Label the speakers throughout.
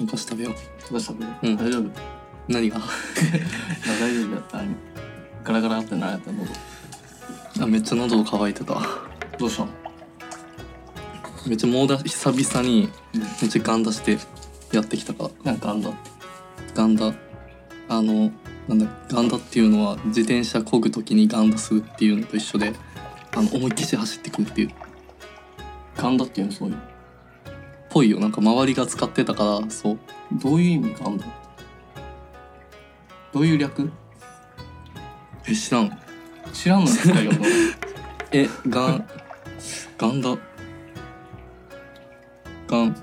Speaker 1: お菓子食べよう
Speaker 2: お菓子食べる、
Speaker 1: うん
Speaker 2: 大丈夫
Speaker 1: 何が
Speaker 2: あ大丈夫だった今ガラガラってなられた喉
Speaker 1: あめっちゃ喉乾いてた
Speaker 2: どうしたの
Speaker 1: めっちゃ猛ダッシュ久々に
Speaker 2: うん
Speaker 1: めっちゃガン出してやってきたから
Speaker 2: なんかあんだ
Speaker 1: ガンダあのなんだガンダっていうのは自転車漕ぐ時にガンダするっていうのと一緒であの思いっきり走ってくるっていう
Speaker 2: ガンダっていうのそういう
Speaker 1: ぽいよなんか周りが使ってたからそう
Speaker 2: どういう意味ガンダどういう略
Speaker 1: え知らん
Speaker 2: 知らんのですかよ
Speaker 1: えガ ンガンダガン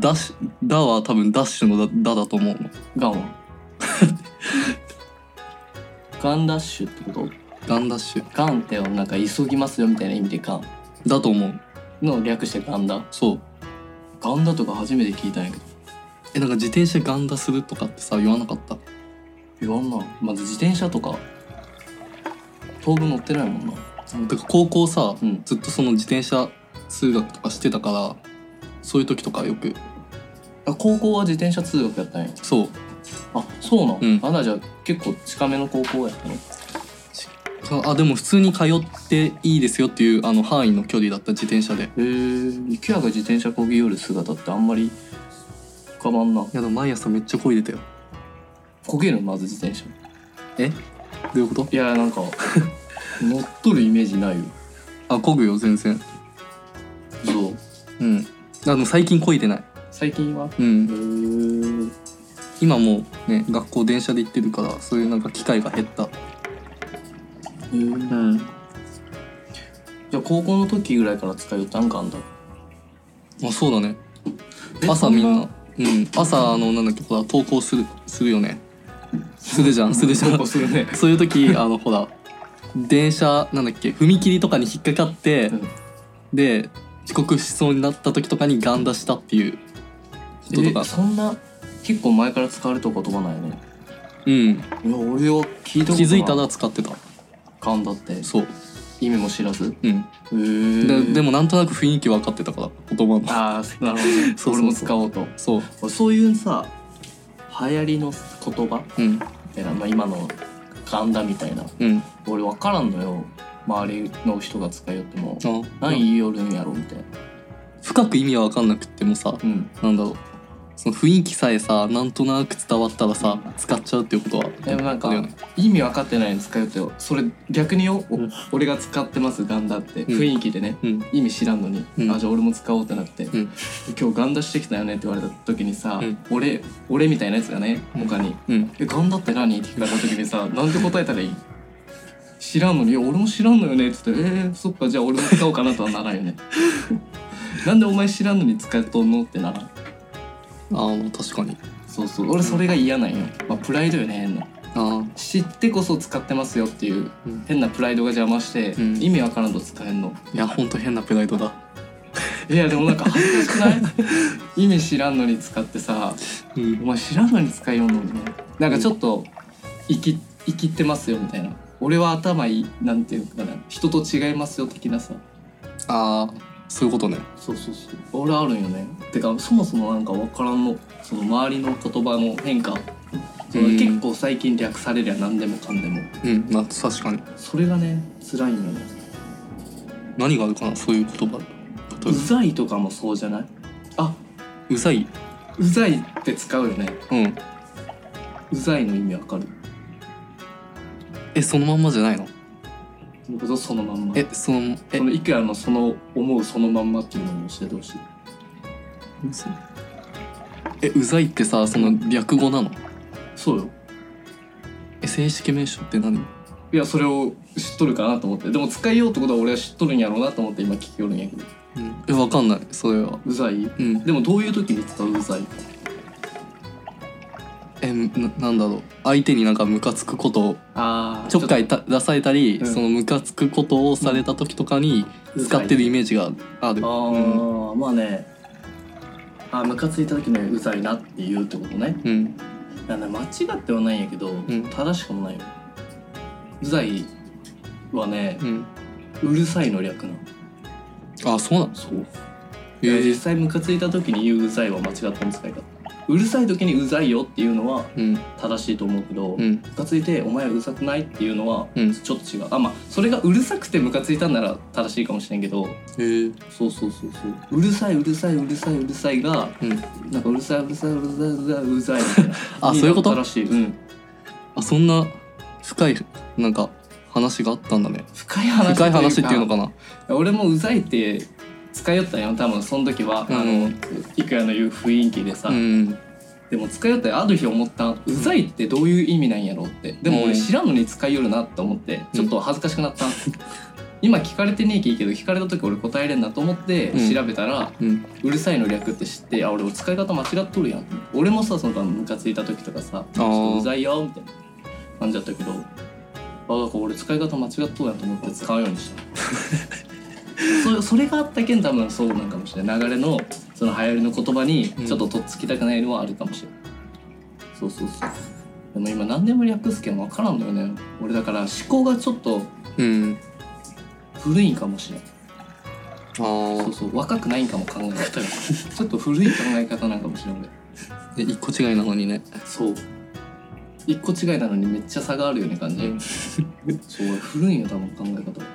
Speaker 1: ダッシュダは多分ダッシュのダダだと思うの
Speaker 2: ガンはガンダッシュってこと
Speaker 1: ガンダッシュ
Speaker 2: ガンってなんか急ぎますよみたいな意味でガン
Speaker 1: だと思う
Speaker 2: の略してガンダ
Speaker 1: そう
Speaker 2: ガンダとか初めて聞いたんやけど
Speaker 1: えなんか自転車ガンダするとかってさ言わなかった
Speaker 2: 言わんなまず自転車とか当分乗ってないもんな
Speaker 1: てか高校さ、
Speaker 2: うん
Speaker 1: ずっとその自転車通学とかしてたからそういう時とかよく
Speaker 2: あ高校は自転車通学やったんや
Speaker 1: そう
Speaker 2: あそうなん、
Speaker 1: うん
Speaker 2: あなじゃあ結構近めの高校やったの
Speaker 1: ああでも普通に通っていいですよっていうあの範囲の距離だった自転車でい
Speaker 2: へえキアが自転車こぎよる姿ってあんまり浮かばんな
Speaker 1: やでも毎朝めっちゃ漕いでたよ
Speaker 2: こげるのまず自転車
Speaker 1: えどういうこと
Speaker 2: いや なんか乗っとるイメージないよ
Speaker 1: あ漕ぐよ全然
Speaker 2: そ
Speaker 1: う
Speaker 2: う
Speaker 1: んあの最近漕いでない
Speaker 2: 最近は
Speaker 1: う
Speaker 2: へ
Speaker 1: ん
Speaker 2: え
Speaker 1: 今もうね学校電車で行ってるからそういうなんか機会が減ったうん
Speaker 2: じゃあ高校の時ぐらいから使いよったんかあんだ
Speaker 1: あそうだね朝みん
Speaker 2: そん
Speaker 1: なうん朝あのなんだっけほら投稿するするよねするじゃんするじゃん
Speaker 2: 投稿するね
Speaker 1: そういう時あのほら電車なんだっけ踏切とかに引っかかって、
Speaker 2: うん
Speaker 1: で遅刻しそうになった時とかにガン出したっていうことと
Speaker 2: え
Speaker 1: か
Speaker 2: そんな結構前から使われた言葉ないね
Speaker 1: うん
Speaker 2: いや俺は聞いたこと
Speaker 1: 気
Speaker 2: ない
Speaker 1: づいたら使ってた
Speaker 2: ガンダって
Speaker 1: そう
Speaker 2: 意味も知らずへ
Speaker 1: うん
Speaker 2: え
Speaker 1: ででもなんとなく雰囲気分かってたから言葉の
Speaker 2: ああなるほどね
Speaker 1: そうそうそう
Speaker 2: 俺も使おうと
Speaker 1: そう
Speaker 2: 俺そういうさ流行りの言葉
Speaker 1: うん
Speaker 2: みたいな、まあ、今のガンダみたいな
Speaker 1: うん
Speaker 2: 俺分からんのよ周りの人が使いよっても
Speaker 1: あ
Speaker 2: 何言いよるんやろみたいな
Speaker 1: 深く意味は分かんなくってもさ
Speaker 2: うん
Speaker 1: なんだろうその雰囲気さえさなんとなく伝わったらさ使っちゃうっていうことは
Speaker 2: でもなんか
Speaker 1: あるよね
Speaker 2: 意味分かってないの使いよってよそれ逆によ、お俺が使ってますガンダって雰囲気でね、
Speaker 1: うん
Speaker 2: 意味知らんのに、
Speaker 1: うん
Speaker 2: あじゃあ俺も使おうってなって、
Speaker 1: うん
Speaker 2: 今日ガンダしてきたよねって言われた時にさ、
Speaker 1: うん
Speaker 2: 俺俺みたいなやつがね他に、
Speaker 1: うん
Speaker 2: え「ガンダって何?」って聞かれた時にさなんて答えたらいい知らんのに「いや俺も知らんのよね」っつって「えー、そっかじゃあ俺も使おうかな」とはならんよね なんでお前知らんのに使っとんのってならん
Speaker 1: ああまあ確かに
Speaker 2: そうそう俺それが嫌なんよ、まあ、プライドよね変な
Speaker 1: あ
Speaker 2: 知ってこそ使ってますよっていう
Speaker 1: あうん
Speaker 2: 変なプライドが邪魔して、
Speaker 1: うん
Speaker 2: 意味わからんと使えんの
Speaker 1: いやほんと変なプライドだ
Speaker 2: いやでもなんか恥ずかしくない 意味知らんのに使ってさ
Speaker 1: うん
Speaker 2: お前知らんのに使いよんのにねなんかちょっと生き生きてますよみたいな俺は頭いいなんていうのかな人と違いますよ的なさ
Speaker 1: ああそういうことね
Speaker 2: そうそうそう俺あるんよねてかそもそもなんか分からんのその周りの言葉の変化その
Speaker 1: うん
Speaker 2: 結構最近略されりゃ何でもかんでも
Speaker 1: うんまあ確かに
Speaker 2: それがね辛いんよね
Speaker 1: 何があるかなそういう言葉例
Speaker 2: う
Speaker 1: えば
Speaker 2: ざいとかもそうじゃないあ
Speaker 1: うざいう
Speaker 2: ざいって使うよね
Speaker 1: うん
Speaker 2: うざいの意味わかる
Speaker 1: えそのまんまじゃないの
Speaker 2: それこそそのまんま
Speaker 1: えそのえ
Speaker 2: そのいくらのその思うそのまんまっていうのも教えてほしい
Speaker 1: えうざいってさその略語なの
Speaker 2: そうよ
Speaker 1: え正式名称って何
Speaker 2: いやそれを知っとるかなと思ってでも使いようってことは俺は知っとるんやろうなと思って今聞きよるんやけど
Speaker 1: うんえわかんないそれは
Speaker 2: うざい
Speaker 1: うん
Speaker 2: でもどういう時に使ううざい
Speaker 1: えななんだろう相手になんかムカつくことを
Speaker 2: あ
Speaker 1: ちょっかいた出されたり、
Speaker 2: うん
Speaker 1: そのムカつくことをされた時とかに
Speaker 2: うん
Speaker 1: 使ってるイメージがある、
Speaker 2: ああ、まあねあームカついた時ねうざいなって言うってことね
Speaker 1: うん
Speaker 2: いやね間違ってはないんやけど、
Speaker 1: ん
Speaker 2: 正しくもないようざいはね
Speaker 1: う、ん
Speaker 2: うるさいの略なの
Speaker 1: あそうなの
Speaker 2: そう
Speaker 1: え
Speaker 2: 実
Speaker 1: ー、
Speaker 2: 際ムカついた時に言ううざいは間違ったん使い方うるさい時にうざいよっていうのは
Speaker 1: うん
Speaker 2: 正しいと思うけど、
Speaker 1: う
Speaker 2: ム
Speaker 1: ん
Speaker 2: カついて「お前うるさくない?」っていうのは
Speaker 1: うん
Speaker 2: ちょっと違う、あまあそれがうるさくてムカついたんなら正しいかもしれんけど
Speaker 1: えー、
Speaker 2: そうそうそうそううるさいうるさいうるさいうるさいが
Speaker 1: うん
Speaker 2: なんかうるさいうるさいうるさいうるさいうるさいみたいな
Speaker 1: あそういうこと
Speaker 2: 正しい、うん、
Speaker 1: あそんな深いなんか話があったんだね
Speaker 2: 深い話
Speaker 1: 深い話っていうのかな
Speaker 2: 俺もうざいって使いよったんよ多分その時は、
Speaker 1: うん
Speaker 2: あのいくやの言う雰囲気でさ、
Speaker 1: うん
Speaker 2: でも使いよったんある日思ったうざいってどういう意味なんやろうってでも
Speaker 1: う
Speaker 2: 俺
Speaker 1: ん
Speaker 2: 知らんのに使いよるなって思ってちょっと恥ずかしくなった、今聞かれてねえきいいけど聞かれた時俺答えれんなと思って
Speaker 1: うん
Speaker 2: 調べたら、
Speaker 1: うん
Speaker 2: うるさいの略って知ってあ俺使い方間違っとるやん俺もさそのムカついた時とかさ「ちょっとうざいよ」みたいな感じだったけどあなんか俺使い方間違っとるやんと思って使うようにした そそれがあったけん多分そうなんかもしれない流れのその流行りの言葉に
Speaker 1: うん
Speaker 2: ちょっととっつきたくないのはあるかもしれない、そうそうそうでも今何でも略すけん分からんのよね俺だから思考がちょっと
Speaker 1: うん
Speaker 2: 古いんかもしれない
Speaker 1: あー
Speaker 2: そうそう若くないんかも考え 方がちょっと古い考え方なんかもしれない
Speaker 1: え一個違いなのにね
Speaker 2: そう一個違いなのにめっちゃ差があるよね感じ、
Speaker 1: うん
Speaker 2: そう古いんよ多分考え方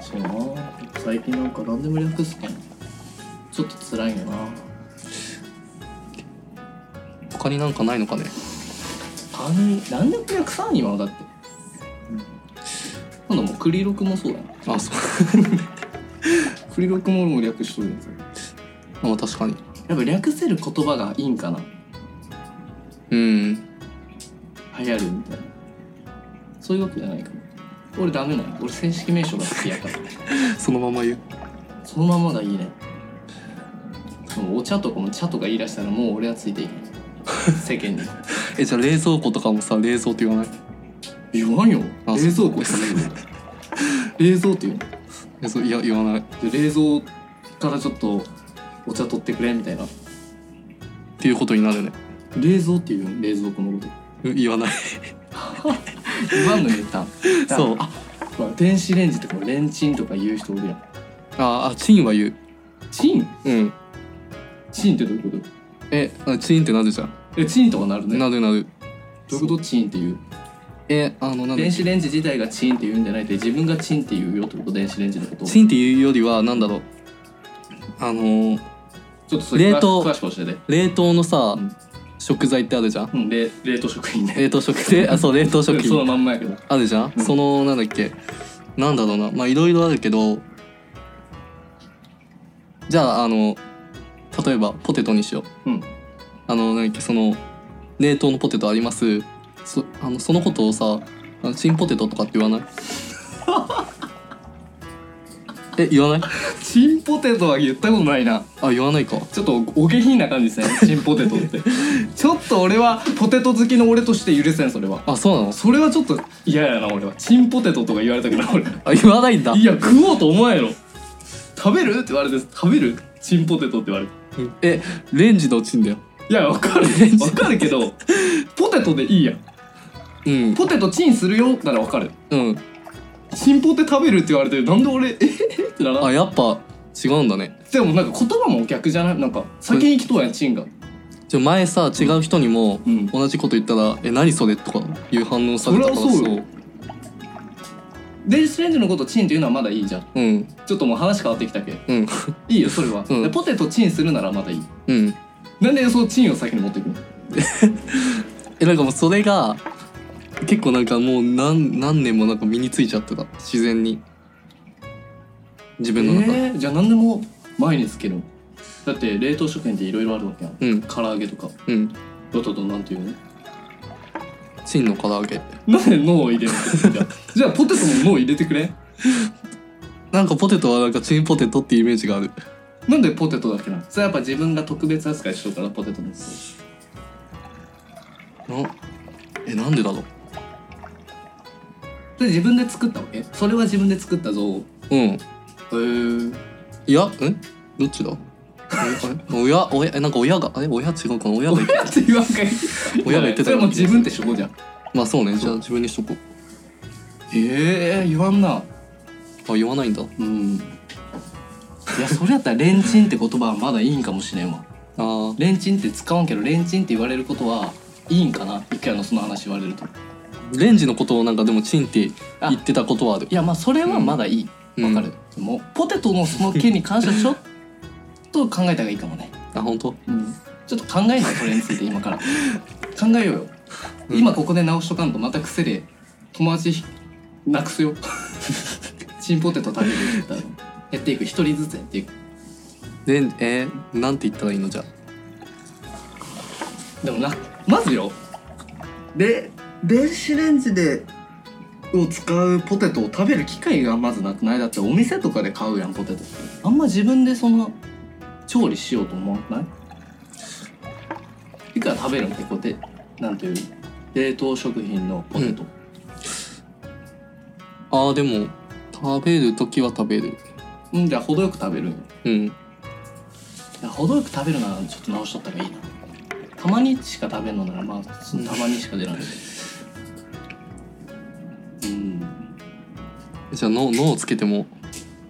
Speaker 2: そうな最近なんか何でも略すけんちょっと辛いよな
Speaker 1: 他になんかないのかね
Speaker 2: 他に何でも略さん今はだって、今度もう栗六もそうやな
Speaker 1: あそう
Speaker 2: 栗六も俺も略しとるやつ
Speaker 1: まあ確かに
Speaker 2: やっぱ略せる言葉がいいんかな
Speaker 1: うん
Speaker 2: 流行るみたいなそういうわけじゃないかな俺ダメなの俺正式名称が好きやから
Speaker 1: そのまま言う
Speaker 2: そのままがいいねそのお茶とかも茶とか言い出したらもう俺はついてい けない世間に
Speaker 1: えじゃあ冷蔵庫とかもさ冷蔵って言わない
Speaker 2: 言わんよ
Speaker 1: あ
Speaker 2: 冷蔵庫してないよ冷蔵っていう
Speaker 1: えそういや言わないっ
Speaker 2: ので冷蔵からちょっとお茶取ってくれみたいな
Speaker 1: ていうことになるね
Speaker 2: 冷蔵っていうの冷蔵庫のこと
Speaker 1: う言わ ない
Speaker 2: 言わんの言ったん
Speaker 1: そう
Speaker 2: あ、まあ、電子レンジとかもレンチンとか言う人おるやん
Speaker 1: ああチンは言う
Speaker 2: チン
Speaker 1: うん
Speaker 2: チンってどういうこと
Speaker 1: えあチンってなるじゃん
Speaker 2: えチンとかなるね
Speaker 1: なるなる
Speaker 2: どういうことチンって言う
Speaker 1: えあのなんだっけ
Speaker 2: 電子レンジ自体がチンって言うんじゃないって自分がチンって言うよってこと電子レンジのことを
Speaker 1: チンっていうよりはなんだろうあのー
Speaker 2: ちょっとそれ
Speaker 1: 冷凍
Speaker 2: 詳しく教えて。
Speaker 1: 冷凍のさ、
Speaker 2: うん
Speaker 1: 食材ってあるじゃん
Speaker 2: うん、冷冷凍食品ね。
Speaker 1: 冷凍食 品あそう冷凍食
Speaker 2: その
Speaker 1: 品
Speaker 2: まんまやけど。
Speaker 1: あるじゃん、
Speaker 2: うん
Speaker 1: そのなんだっけなんだろうなまあいろいろあるけどじゃああの例えばポテトにしよう
Speaker 2: うん。
Speaker 1: あのなんだっけその冷凍のポテトありますそあのそのことをさあのチンポテトとかって言わない え言わない
Speaker 2: チンポテトは言ったことないな。
Speaker 1: あ言わないか
Speaker 2: ちょっとおお下品な感じですね。チンポテト って。ちょっと俺はポテト好きの俺として許せん、それは。
Speaker 1: あそうなの
Speaker 2: それはちょっと嫌やな、俺は。チンポテトとか言われ たくない、
Speaker 1: あ言わないんだ
Speaker 2: 俺。いや、食おうと思わんやろ。食べるって言われて、食べるチンポテトって言われる。
Speaker 1: えレンジのチンだよ
Speaker 2: いや、わ かる。わかるけど、ポテトでいいやん。
Speaker 1: うん
Speaker 2: ポテトチンするよならわかる。
Speaker 1: うん
Speaker 2: チンポテ食べるって言われて、なんで俺、ええってならん
Speaker 1: あやっぱ違うんだね
Speaker 2: でもなんか言葉も逆じゃないなんか先に来とうやんチンが
Speaker 1: じゃあ前さ違う人にも
Speaker 2: うん
Speaker 1: 同じこと言ったら「え何それ?」とかいう反応さ
Speaker 2: そ
Speaker 1: れ
Speaker 2: れ
Speaker 1: たか
Speaker 2: は
Speaker 1: ら
Speaker 2: そうよ電子レンジのことチンっていうのはまだいいじゃん
Speaker 1: うん
Speaker 2: ちょっともう話変わってきたけ
Speaker 1: うん
Speaker 2: いいよそれは、
Speaker 1: うん
Speaker 2: でポテトチンするならまだいい
Speaker 1: うん
Speaker 2: なんでそのチンを先に持っていくの
Speaker 1: えなんかもうそれが結構なんかもう何何年もなんか身についちゃってた自然に自分の中、
Speaker 2: えー、じゃあ何でも前につけるのだって冷凍食品っていろいろあるわけやん
Speaker 1: うん
Speaker 2: 唐揚げとか
Speaker 1: うん
Speaker 2: ロトとなんていうの
Speaker 1: チンの唐揚げ
Speaker 2: なんで脳を入れるのじゃあじゃあポテトも脳入れてくれ
Speaker 1: なんかポテトはなんかチンポテトっていうイメージがある
Speaker 2: なんでポテトだけなのそれやっぱ自分が特別扱いしようからポテトのこと
Speaker 1: なえなんでだろう
Speaker 2: で自分で作ったわけそれは自分で作ったぞへ
Speaker 1: うん
Speaker 2: えー
Speaker 1: いや、んどっちだえあれ親、親、えなんか親が、あれ親違うかな親が言って
Speaker 2: 親って言わんかい
Speaker 1: 親が言ってた
Speaker 2: それ
Speaker 1: よう
Speaker 2: も
Speaker 1: な気がす
Speaker 2: 自
Speaker 1: る
Speaker 2: 分ってしょこじゃん
Speaker 1: まあそうね、じゃあ自分にしとこ
Speaker 2: ええ言わんな
Speaker 1: う。あ、言わないんだ。
Speaker 2: うんいやそれやったらレンチンって言葉はまだいいんかもしれんわ
Speaker 1: あー
Speaker 2: レンチンって使わんけどレンチンって言われることはいいんかな一回のその話言われると
Speaker 1: レンジのことをなんかでもチンって
Speaker 2: あ
Speaker 1: 言ってたことはある
Speaker 2: いやまあそれはまだいいわ、
Speaker 1: うん
Speaker 2: かるでもポテトのその件に関してはちょっと考えた方がいいかもね、
Speaker 1: あ本当
Speaker 2: うん、ちょっと考えないそれについて今から考えようよ
Speaker 1: うん
Speaker 2: 今ここで直しとかんとまた癖で友達ひなく すよチンポテト食べるって言ったらやっていく一人ずつやっていく
Speaker 1: レンえー、なんて言ったらいいのじゃ
Speaker 2: でもなまずよで電子レンジでを使うポテトを食べる機会がまずなくないだってお店とかで買うやんポテトってあんま自分でその調理しようと思わないいくら食べるんってこうでなんていう冷凍食品のポテト、
Speaker 1: あーでも食べる時は食べる
Speaker 2: うん、じゃあ程よく食べるんよ
Speaker 1: うん
Speaker 2: いや程よく食べるならちょっと直しとったらいいなたまにしか食べるのならまあ
Speaker 1: うん
Speaker 2: たまにしか出ないうん
Speaker 1: じゃあ脳脳をつけても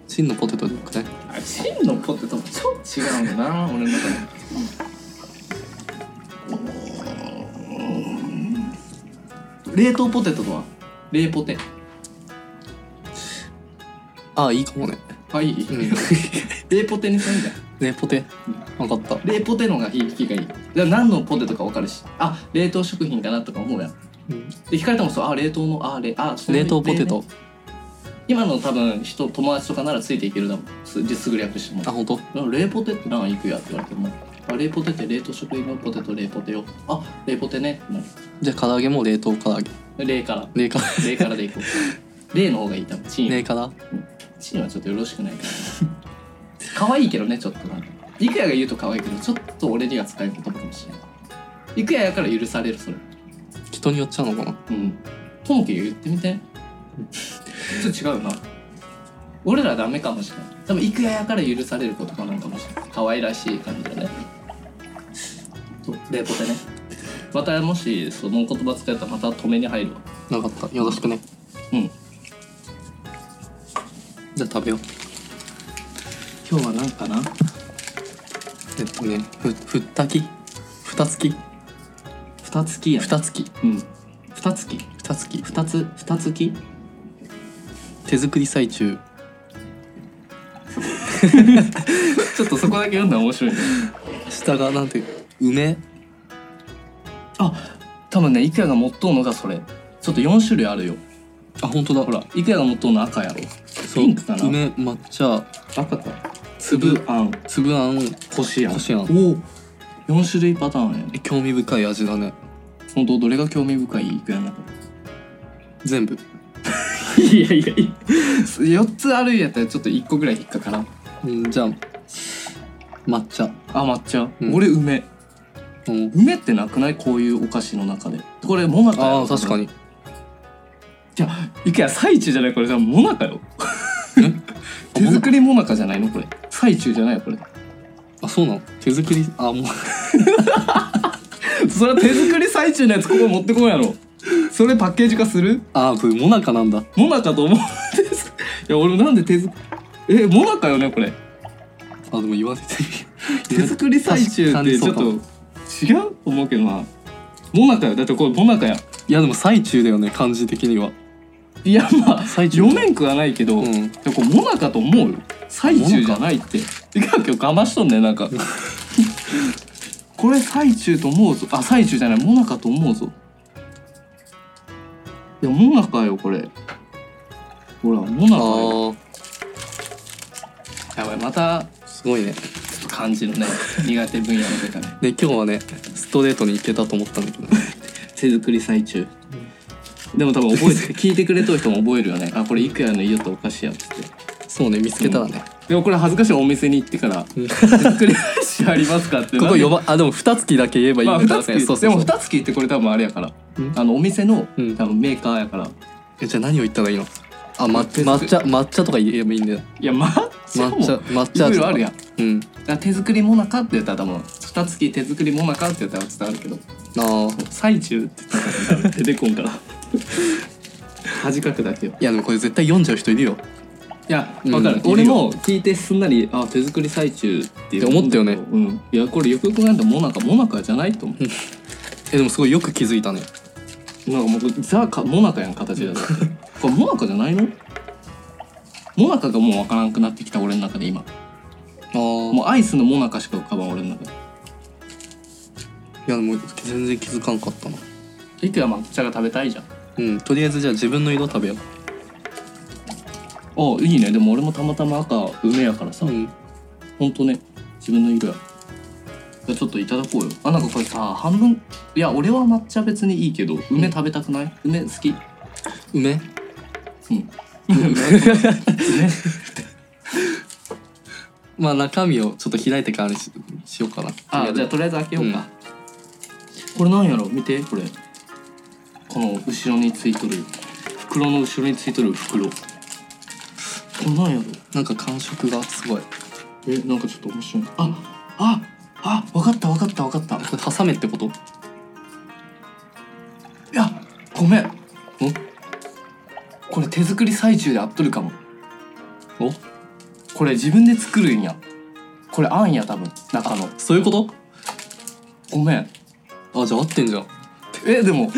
Speaker 1: チンのポテトでよくない
Speaker 2: あチンのポテトもちょっと違うんだな俺の中でうん冷凍ポテトとは冷ポテ
Speaker 1: あーいいかもね
Speaker 2: あいい、
Speaker 1: うん
Speaker 2: 冷ポテにするんだ
Speaker 1: ねポテ分かった
Speaker 2: 冷ポテの方が響きがいいじゃあ何のポテトか分かるしあ冷凍食品かなとか思うやん
Speaker 1: うん
Speaker 2: で聞かれてもそうあ冷凍のあれあそういう
Speaker 1: 冷凍ポテト
Speaker 2: 今の多分人友達とかならついていけるだろうすすぐ略しても
Speaker 1: あ本当
Speaker 2: 「冷ポテって何いくや」って言われても「あ冷ポテって冷凍食品のポテト冷ポテよ」「あ冷ポテね」ってな
Speaker 1: じゃあ唐揚げも冷凍唐揚げ
Speaker 2: る冷から
Speaker 1: 冷か
Speaker 2: 冷からでいこう冷の方がいい多分チン、
Speaker 1: 冷から
Speaker 2: チンはちょっとよろしくないから可愛いけどねちょっとなんかいくやが言うと可愛いけどちょっと俺には使える言葉かもしれないいくややから許されるそれ
Speaker 1: 人によっちゃうのかな
Speaker 2: うん。ともき言ってみて。ちょっと違うな。俺らダメかもしれない。多分、いくややから許される言葉なんかもしれない。可愛らしい感じだね。そう冷凍でね。またもしその言葉使ったらまた止めに入るわ。
Speaker 1: なかったよろしくね
Speaker 2: うん。
Speaker 1: じゃあ食べよう
Speaker 2: 今日は何かな
Speaker 1: えっとねふふったきふたつき
Speaker 2: 二つきや
Speaker 1: ふたつきふ
Speaker 2: うん。二つき
Speaker 1: たつき
Speaker 2: 二つ、二つき
Speaker 1: 手作り最中
Speaker 2: ちょっとそこだけ読んだら面白いね。
Speaker 1: 下がなんて梅
Speaker 2: あ、多分ね、いくやが持っとうのがそれ。ちょっと四種類あるよ。
Speaker 1: あ本当だ
Speaker 2: ほら、いくやが持っとうの赤やろ。
Speaker 1: そう
Speaker 2: ピンクかな
Speaker 1: 梅抹茶
Speaker 2: 赤か粒あん
Speaker 1: 粒あん
Speaker 2: こしあん
Speaker 1: こしあん
Speaker 2: お4種類パターンやね
Speaker 1: え興味深い味だね
Speaker 2: 本当どれが興味深いいくやな
Speaker 1: 全部
Speaker 2: いやいやいや4つあるんやったらちょっと1個ぐらい引っかからん
Speaker 1: うんじゃあ抹茶
Speaker 2: あ抹茶、
Speaker 1: うん
Speaker 2: 俺梅
Speaker 1: うん
Speaker 2: 梅ってなくないこういうお菓子の中でこれもなかやろ
Speaker 1: あー確かに
Speaker 2: じゃあいくや最中じゃないこれじゃあもなかよ 手作りもなかじゃないのこれ最中じゃないよこれ
Speaker 1: あそうなの手作りあもう
Speaker 2: それは手作り最中のやつここ持ってこんやろそれパッケージ化する
Speaker 1: あーこれもなかなんだ
Speaker 2: モナカと思われてさいや俺なんで手作えモナカよねこれ
Speaker 1: あでも言われてみ
Speaker 2: 手作り最中ってちょっと違うと思うけどなモナカよだってこれモナカや
Speaker 1: いやでも最中だよね感じ的にはい
Speaker 2: やまあ
Speaker 1: 最中
Speaker 2: 読めんくはないけど、
Speaker 1: う
Speaker 2: で
Speaker 1: ん
Speaker 2: もこれモナカと思うよ最中じゃないっていや今日かましとんねなんかこれ最中と思うぞあ最中じゃないモナカと思うぞいやモナカよこれほらモナ
Speaker 1: あ
Speaker 2: カよ
Speaker 1: ー
Speaker 2: やばいまた
Speaker 1: すごいね
Speaker 2: 感じの ね苦手分野の世界
Speaker 1: で今日はねストレートにいけたと思ったんだけど、ね、
Speaker 2: 手作り最中でも多分覚えて聞いてくれとる人も覚えるよねあこれいくやの言いよったらおかしいやっつって
Speaker 1: そうね見つけたらね、
Speaker 2: でもこれ恥ずかしいお店に行ってから
Speaker 1: うん
Speaker 2: 手作り最中ありますかって
Speaker 1: ここ呼
Speaker 2: ば
Speaker 1: ばあでも二月だけ言えばいい
Speaker 2: まあ
Speaker 1: んだね
Speaker 2: 二
Speaker 1: そうそ
Speaker 2: 月で
Speaker 1: うそ
Speaker 2: も
Speaker 1: う
Speaker 2: 二月ってこれ多分あれやから
Speaker 1: うん
Speaker 2: あのお店の
Speaker 1: うん
Speaker 2: 多分メーカーやから
Speaker 1: えじゃあ何を言ったらいいのあま
Speaker 2: 手作
Speaker 1: 抹茶抹茶とか言えばいいんだよ
Speaker 2: いや抹茶
Speaker 1: 抹茶
Speaker 2: も
Speaker 1: 抹
Speaker 2: い
Speaker 1: 茶
Speaker 2: ろ
Speaker 1: 味と
Speaker 2: いろ
Speaker 1: か
Speaker 2: あるやん
Speaker 1: うん
Speaker 2: だから手作りもなかって言ったら多分二月手作りもなかって言ったら伝わるけど
Speaker 1: あー
Speaker 2: 最中って言ったら多分出てこんから恥かくだけよ
Speaker 1: いやでもこれ絶対読んじゃう人いるよ
Speaker 2: や
Speaker 1: うん
Speaker 2: わかる、
Speaker 1: いる
Speaker 2: 俺
Speaker 1: よ
Speaker 2: も聞いてすんなりあ手作り最中って
Speaker 1: って思ったよね
Speaker 2: うんいやこれよくよくなんてモナカモナカじゃないと思
Speaker 1: えでもすごいよく気づいたね
Speaker 2: うなんかもうこれザかモナカやん形だとこれモナカじゃないのモナカがもうわからんくなってきた俺の中で今
Speaker 1: ああ
Speaker 2: もうアイスのモナカしか浮かばん俺の中で
Speaker 1: いやでも全然気づかんかったな
Speaker 2: リクは抹茶が食べたいじゃん
Speaker 1: うんとりあえずじゃあ自分の色食べよ
Speaker 2: あいいねでも俺もたまたま赤梅やから
Speaker 1: う
Speaker 2: さ、
Speaker 1: うん
Speaker 2: ほんとね自分の色やじゃあちょっといただこうよあなんかこれさ半分いや俺は抹茶別にいいけど梅食べたくない、梅好き
Speaker 1: 梅
Speaker 2: うん
Speaker 1: まあ中身をちょっと開いてからにししようかな
Speaker 2: あじゃあとりあえず開けようか、これなんやろ見てこれこの後ろについとる袋の後ろについとる袋これなんやろ
Speaker 1: なんか感触がすごいこ
Speaker 2: えなんかちょっと面白いあああわかったわかったわかったい
Speaker 1: れ挟めってことん
Speaker 2: やごめんこれ手作り最中で合っとるかも
Speaker 1: お
Speaker 2: これ自分で作るんやこれあんや多分中の
Speaker 1: そういうこ
Speaker 2: ごめん
Speaker 1: とあじゃあ合ってんじゃん
Speaker 2: えでも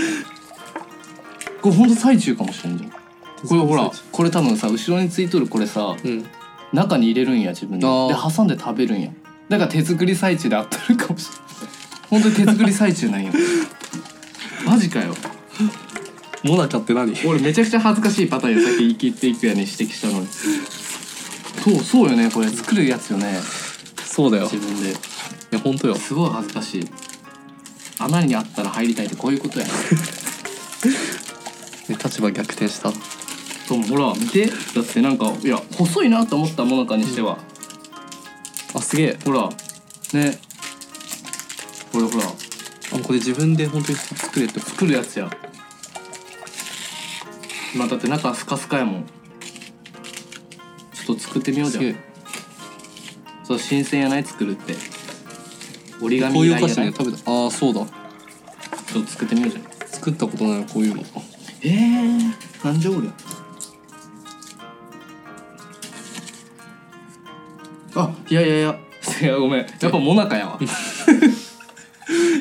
Speaker 2: これほんと最中かもしれんじゃんこれほらこれ多分さ後ろについとるこれさ
Speaker 1: うん
Speaker 2: 中に入れるんや自分で
Speaker 1: あー
Speaker 2: で挟んで食べるんやだから手作り最中で合っとるかもしれないほんとに手作り最中なんや マジかよ
Speaker 1: モナカって何
Speaker 2: 俺めちゃくちゃ恥ずかしいパターンやさっき生きていくやに指摘したのにそうそうよねこれ作るやつよね
Speaker 1: そうだよ
Speaker 2: 自分で
Speaker 1: いや本当よ
Speaker 2: すごい恥ずかしい穴にあったら入りたいってこういうことやね
Speaker 1: ね立場逆転した
Speaker 2: そうほら見てだってなんかいや細いなと思ったもなかにしては、
Speaker 1: あすげえ
Speaker 2: ほらねこれほら
Speaker 1: あこれ自分で本当に作れってこ
Speaker 2: 作るやつやまあだって中スカスカやもんちょっと作ってみよ
Speaker 1: と
Speaker 2: う
Speaker 1: す
Speaker 2: じ
Speaker 1: げえ
Speaker 2: ゃんそう新鮮やない作るって折り紙
Speaker 1: こうい
Speaker 2: 以
Speaker 1: うお
Speaker 2: 外
Speaker 1: 菓
Speaker 2: や
Speaker 1: 子
Speaker 2: な
Speaker 1: ね食
Speaker 2: い
Speaker 1: べたああそうだ
Speaker 2: ちょっと作ってみようじゃん
Speaker 1: 作ったことないわこういうの
Speaker 2: えー、なんじゃ俺あいやいやいや いやごめんやっぱモナカやわだっ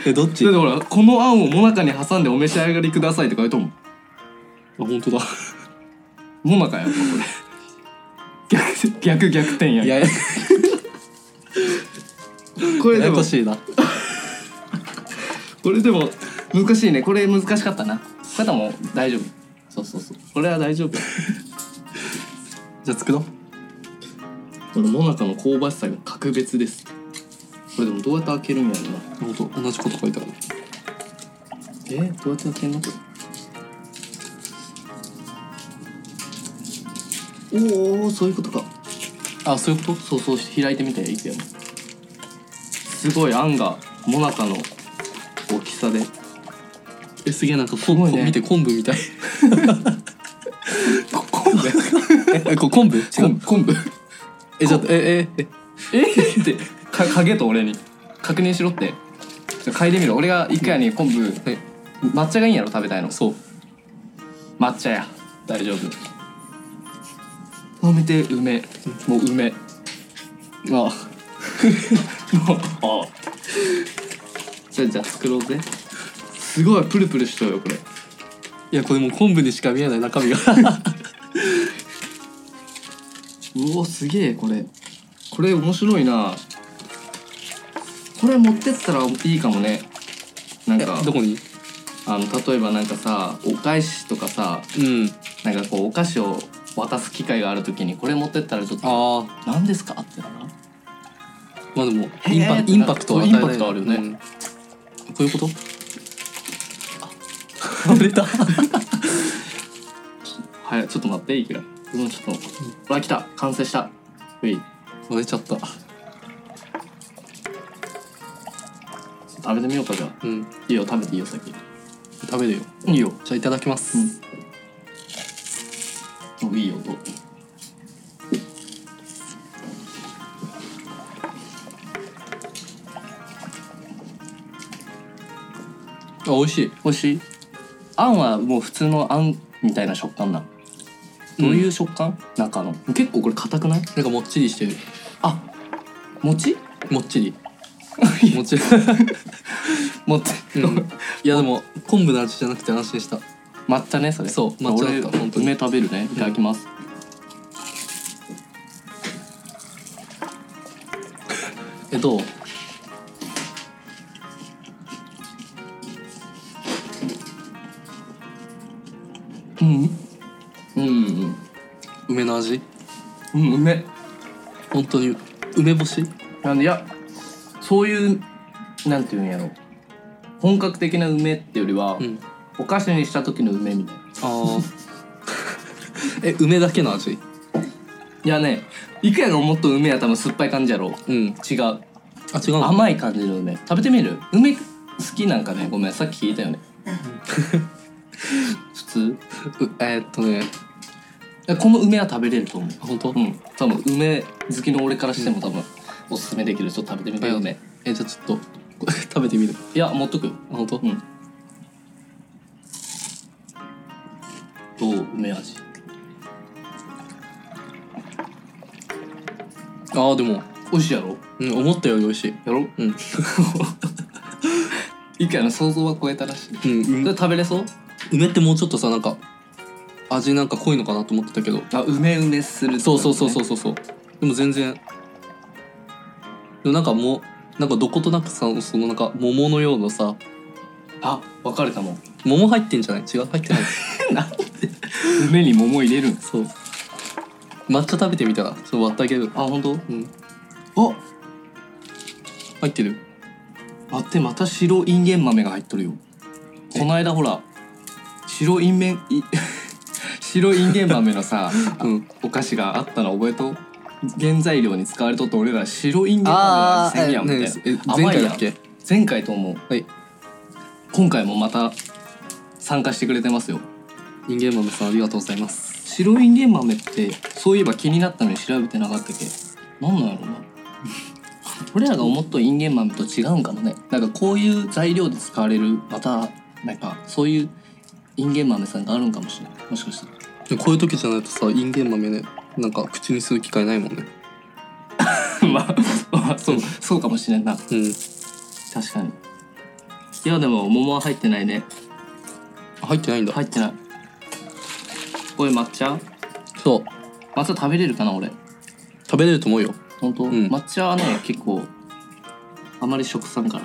Speaker 1: えどっち
Speaker 2: てほらこのあんをモナカに挟んでお召し上がりくださいって書いとんもん
Speaker 1: 本当だ
Speaker 2: モナカやわこれ逆逆逆転 や
Speaker 1: いやいや
Speaker 2: これ
Speaker 1: や
Speaker 2: で
Speaker 1: や
Speaker 2: も
Speaker 1: こしいな
Speaker 2: これでも難しいねこれ難しかったなこれでも大丈夫そうそうそうこれは大丈夫
Speaker 1: じゃあ作ろう
Speaker 2: このモナカの香ばしさが格別ですこれでもどうやって開けるんやろ
Speaker 1: 本
Speaker 2: な
Speaker 1: 当同じこと書いてある
Speaker 2: えー、どうやって開けんのおおそういうことか
Speaker 1: あそういうこと
Speaker 2: そうそうして開いてみていくよすごいあんがもなかの大きさで
Speaker 1: えすげえなんか
Speaker 2: すごいね
Speaker 1: こ見て昆布みたい
Speaker 2: 昆布
Speaker 1: えこ昆布違う
Speaker 2: 昆布
Speaker 1: えじゃあえええ
Speaker 2: えー ってか影と俺に確認しろってちょ嗅いでみろ俺が一回に昆布
Speaker 1: えはい
Speaker 2: 抹茶がいいんやろ食べたいの
Speaker 1: そう
Speaker 2: 抹茶や大丈夫飲めて梅もう梅
Speaker 1: あ
Speaker 2: ああじゃあじゃあ作ろうぜすごいプルプルしとるよこ れ
Speaker 1: いやこれもう昆布にしか見えない中身が
Speaker 2: うおすげえこれこれ面白いなこれ持ってったらいいかもねなん
Speaker 1: え
Speaker 2: か
Speaker 1: どこに
Speaker 2: あの例えばなんかさお返しとかさ
Speaker 1: うん
Speaker 2: なんかこうお菓子を渡す機会があるときにこれ持ってったらちょっと
Speaker 1: あ
Speaker 2: 「何ですか?」ってならん
Speaker 1: ーまあでも
Speaker 2: へー
Speaker 1: インパインパクトは
Speaker 2: そうインパクトあるよね
Speaker 1: うんこういうことあ折れ た
Speaker 2: はいちょっと待っていくらもうちょっとほら来た完成したうい
Speaker 1: 折れちゃった
Speaker 2: 食べてみようかじゃあ
Speaker 1: うん
Speaker 2: いいよ食べていいよ先
Speaker 1: 食べるよ
Speaker 2: いいよ
Speaker 1: じゃあいただきます、
Speaker 2: うん、いい音
Speaker 1: あ美味しい
Speaker 2: 美味しいあんはもう普通のあんみたいな食感などういう食感、中の結構これ硬くない
Speaker 1: なんかもっちりしてる
Speaker 2: あ餅
Speaker 1: もっちりもっちり、
Speaker 2: 持って、
Speaker 1: うん、いやでも昆布の味じゃなくて安心した
Speaker 2: 抹茶ねそれ
Speaker 1: そう抹茶だった
Speaker 2: 俺
Speaker 1: 本当に
Speaker 2: 梅食べるねいただきます、
Speaker 1: えどう
Speaker 2: うん、うんうん
Speaker 1: 梅の味
Speaker 2: うん梅
Speaker 1: 本当に梅干し
Speaker 2: なんでいやそういうなんていうんやろ本格的な梅ってよりは、
Speaker 1: うん
Speaker 2: お菓子にした時の梅みたいな
Speaker 1: あ あえ梅だけの味
Speaker 2: いやねいくやがもっと梅は多分酸っぱい感じやろ
Speaker 1: うん
Speaker 2: 違う
Speaker 1: あ違うの
Speaker 2: 甘い感じの梅食べてみる梅好きなんかねごめんさっき聞いたよね 普通
Speaker 1: うえーっとね
Speaker 2: いやこの梅は食べれると思う
Speaker 1: 本当、
Speaker 2: うん多分梅好きの俺からしても多分おすすめできるちょっと食べてみて
Speaker 1: うん
Speaker 2: 梅
Speaker 1: えじゃあちょっと これ食べてみる
Speaker 2: いや持っとくよ
Speaker 1: あ本当、
Speaker 2: うんどう梅味
Speaker 1: ああでも、
Speaker 2: 美味しいやろ
Speaker 1: うん、思ったより美味しい
Speaker 2: やろ
Speaker 1: うん
Speaker 2: 一回の想像は超えたらしい
Speaker 1: うん
Speaker 2: それ食べれそう
Speaker 1: 梅ってもうちょっとさなんか味なんか濃いのかなと思ってたけど
Speaker 2: あ梅梅する
Speaker 1: そうそうそうそううそうそうでも全然でもなんかもうなんかどことなくさそのなんか桃のようなさ
Speaker 2: あ分かれたもん
Speaker 1: 桃入ってんじゃない違う入ってない
Speaker 2: 梅に桃入れるん
Speaker 1: そう抹茶食べてみたらちょっと割ってあげる
Speaker 2: あ本当
Speaker 1: うん
Speaker 2: あ
Speaker 1: 入ってる
Speaker 2: 待ってまた白インゲン豆が入っとるよこの間ほら白インメンい 白インゲン豆の さ、
Speaker 1: うん
Speaker 2: お菓子があったの覚えと原材料に使われとって俺ら白インゲン豆の味せんやんみたいな、
Speaker 1: え
Speaker 2: 甘
Speaker 1: 前
Speaker 2: いやん
Speaker 1: 回だっけ
Speaker 2: 前回と思う
Speaker 1: はい
Speaker 2: 今回もまた参加してくれてますよ
Speaker 1: 人間豆さんありがとうございます
Speaker 2: 白インゲン豆ってそういえば気になったのに調べてなかったっけなんなんやろうな俺らが思っとインゲン豆と違うんかもねなんかこういう材料で使われるまたなんかそういうインゲン豆さんがあるんかもしれないもしかしたら
Speaker 1: でもこういう時じゃないとさインゲン豆ねなんか口にする機会ないもんね
Speaker 2: まあ、まあ、そうそうかもしれんな
Speaker 1: うん
Speaker 2: 確かにいやでも桃は入ってないね
Speaker 1: 入ってないんだ、
Speaker 2: 入ってないこれ抹茶
Speaker 1: そう
Speaker 2: 抹茶食べれるかな俺
Speaker 1: 食べれると思うよ
Speaker 2: 本当、
Speaker 1: ん
Speaker 2: 抹茶はね結構あまり食さんから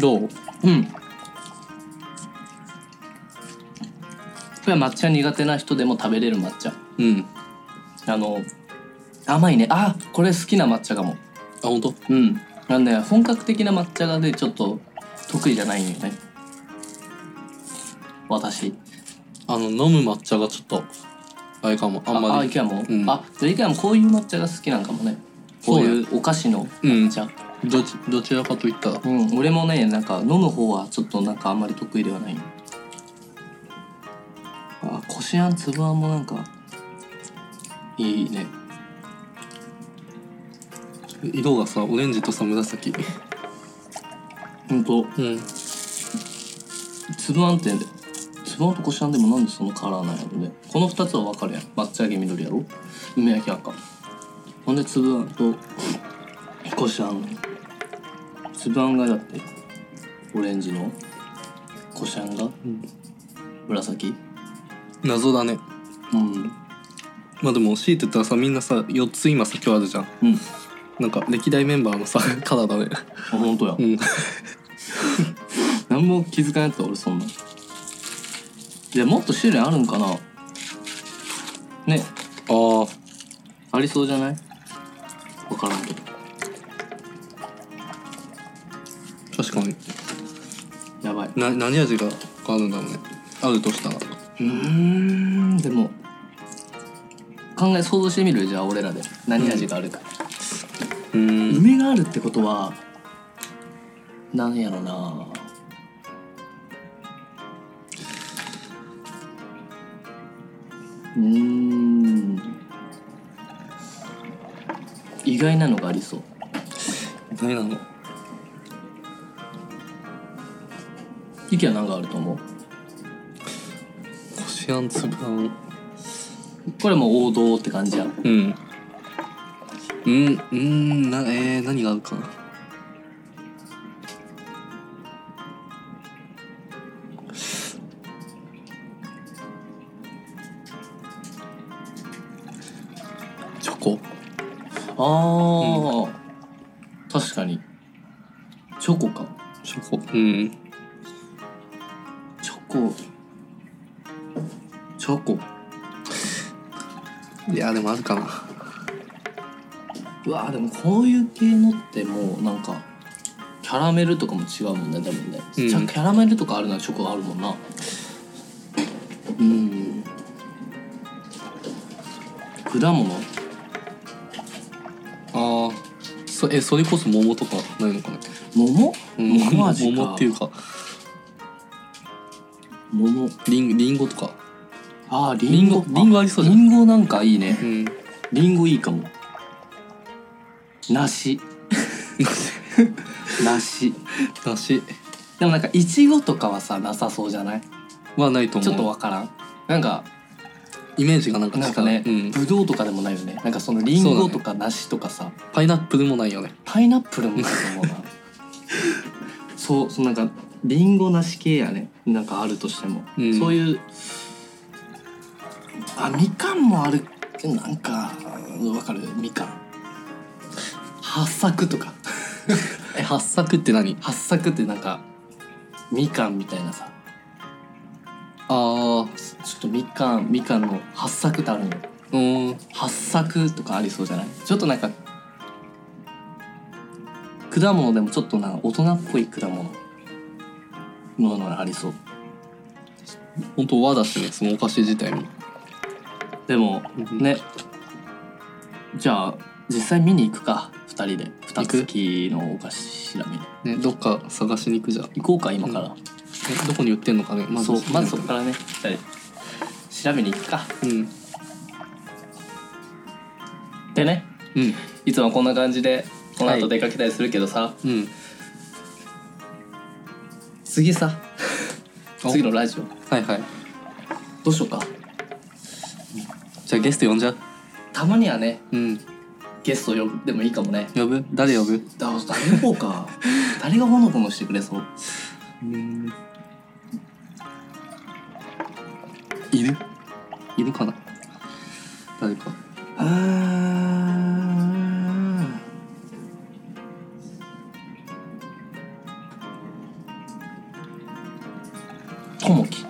Speaker 1: どう
Speaker 2: うんこれは抹茶苦手な人でも食べれる抹茶
Speaker 1: うん
Speaker 2: あの甘いねあこれ好きな抹茶かも
Speaker 1: あ本当
Speaker 2: うんなんで本格的な抹茶がねちょっと得意じゃないんよね私
Speaker 1: あの飲む抹茶がちょっとあれかもあんま
Speaker 2: あ
Speaker 1: り
Speaker 2: イケアも、
Speaker 1: うん
Speaker 2: あじゃあイケアもこういう抹茶が好きなんかもねこういうお菓子の
Speaker 1: うん
Speaker 2: 抹茶、
Speaker 1: どちどちらかといったら
Speaker 2: うん、俺もねなんか飲む方はちょっとなんかあんまり得意ではないあこしあんつぶあんもなんかいいね
Speaker 1: 色がさオレンジとさ紫
Speaker 2: ほん
Speaker 1: う
Speaker 2: と
Speaker 1: ん
Speaker 2: つぶあんってつぶあんとこしあんでもなんでそのカラーなんやろねこの2つは分かるやん抹茶揚げ緑やろ梅焼き赤ほんでつぶあんとこしあんつぶあんがだってオレンジのこしあんが
Speaker 1: ん
Speaker 2: 紫
Speaker 1: 謎だね
Speaker 2: うん
Speaker 1: まあでも強いて言ったらさみんなさ4つ今さ今日あるじゃん
Speaker 2: うん
Speaker 1: なんか歴代メンバーのさ カラーだね
Speaker 2: あ本当や、
Speaker 1: うん
Speaker 2: 何も気づかなかった俺そんなんいやもっと種類あるんかなね
Speaker 1: ああ
Speaker 2: ありそうじゃない分からんけど
Speaker 1: 確かに
Speaker 2: やばいう
Speaker 1: な何味があるんだろうねあるとしたら
Speaker 2: ーんでも考え想像してみるじゃあ俺らで何味があるか、
Speaker 1: うん
Speaker 2: 梅があるってことはなんやろなうーん意外なのがありそう
Speaker 1: 何なの
Speaker 2: 意見は何かあると思う
Speaker 1: こしあん粒あん
Speaker 2: これもう王道って感じや
Speaker 1: うんうんうんなえー、何があるかなチョコ
Speaker 2: あー、確かにチョコか
Speaker 1: チョコうん
Speaker 2: チョコチョコ
Speaker 1: いやでもあるかな
Speaker 2: うわーでもこういう系のってもうなんかキャラメルとかも違うもんね多分ね、
Speaker 1: うん
Speaker 2: じゃあキャラメルとかあるならチョコあるもんなうん果物
Speaker 1: ああそえそれこそ桃とかないのかな、
Speaker 2: 桃
Speaker 1: うん
Speaker 2: 桃味か
Speaker 1: 桃っていうか
Speaker 2: 桃
Speaker 1: りんりんごとか
Speaker 2: ああリ
Speaker 1: り
Speaker 2: ン
Speaker 1: ん
Speaker 2: ゴ
Speaker 1: ご
Speaker 2: リ
Speaker 1: りん
Speaker 2: ンゴ
Speaker 1: ごありそうじゃ
Speaker 2: リ
Speaker 1: ん
Speaker 2: ンゴなんかいいね
Speaker 1: うん
Speaker 2: リンゴいいかも 梨梨
Speaker 1: 梨
Speaker 2: でもなんかいちごとかはさなさそうじゃない
Speaker 1: はないと思
Speaker 2: ち
Speaker 1: う
Speaker 2: ょっとわからんなんか
Speaker 1: イメージがなんか違う
Speaker 2: なんかね、
Speaker 1: うん、
Speaker 2: ぶどうとかでもないよねなんかそのリン
Speaker 1: そうだ
Speaker 2: ゴ
Speaker 1: ね
Speaker 2: とか梨とかさ、
Speaker 1: パイナップルもないよね
Speaker 2: パイナップルもないと思 うなそうそうなんかリンゴ梨系やねなんかあるとしても、
Speaker 1: うん
Speaker 2: そういうあみかんもあるなんかうんわかるみかん八作とか
Speaker 1: え八作って何
Speaker 2: 八作ってなんかみかんみたいなさ
Speaker 1: ああ
Speaker 2: ちょっとみかんみかんの八作ってあるのよ
Speaker 1: うん
Speaker 2: 八作とかありそうじゃないちょっとなんか果物でもちょっとな大人っぽい果物ものがありそう
Speaker 1: 本当和だしねそのお菓子自体も
Speaker 2: でも
Speaker 1: うん
Speaker 2: ねじゃあ実際見に行くか2人で2
Speaker 1: 行く
Speaker 2: つきのお菓子調べ
Speaker 1: ね
Speaker 2: に
Speaker 1: どっか探しに行くじゃん、ね、
Speaker 2: 行こうか今から、
Speaker 1: どこに売ってんのかねまず
Speaker 2: そうまずそこからね二人調べに行くか
Speaker 1: うん
Speaker 2: でね
Speaker 1: うん
Speaker 2: いつもこんな感じでこの
Speaker 1: は
Speaker 2: 後
Speaker 1: い
Speaker 2: 出かけたりするけどさ、
Speaker 1: うん
Speaker 2: 次さ
Speaker 1: お
Speaker 2: 次のラジオ
Speaker 1: はいはい
Speaker 2: どうしようか
Speaker 1: じゃあゲスト呼んじゃう
Speaker 2: たまにはね
Speaker 1: うん
Speaker 2: ゲスト呼んでもいいかもね
Speaker 1: 呼ぶ誰呼ぶ
Speaker 2: だ誰の方か 誰がほのぼのしてくれそう
Speaker 1: うんいるいるかな誰か
Speaker 2: あともき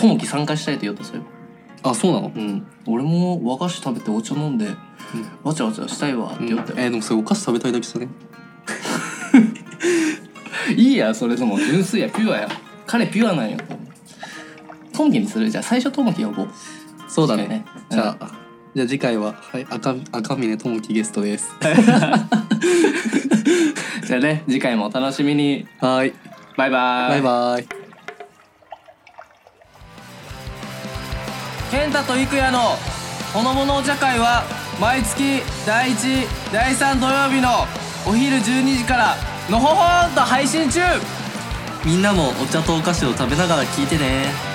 Speaker 2: ともき参加したいと言おうとする
Speaker 1: あそうなの、
Speaker 2: うん俺も和菓子食べてお茶飲んでわちゃわちゃしたいわって言ったよ、
Speaker 1: えーでもそれお菓子食べたいだけじゃね
Speaker 2: いいやそれとも純粋やピュアや彼ピュアなんよトモキにするじゃあ最初トモキ呼ぼう
Speaker 1: そうだねじ
Speaker 2: 確かにね
Speaker 1: ゃあ、じゃあ次回は、はい、赤赤峰智樹ゲストです。
Speaker 2: じゃあね次回もお楽しみに
Speaker 1: はい、
Speaker 2: バイバイ
Speaker 1: バイバイ。
Speaker 2: 健太と郁也のほのぼのお茶会は毎月第1第3土曜日のお昼12時からのほほんと配信中
Speaker 1: みんなもお茶とお菓子を食べながら聞いてね。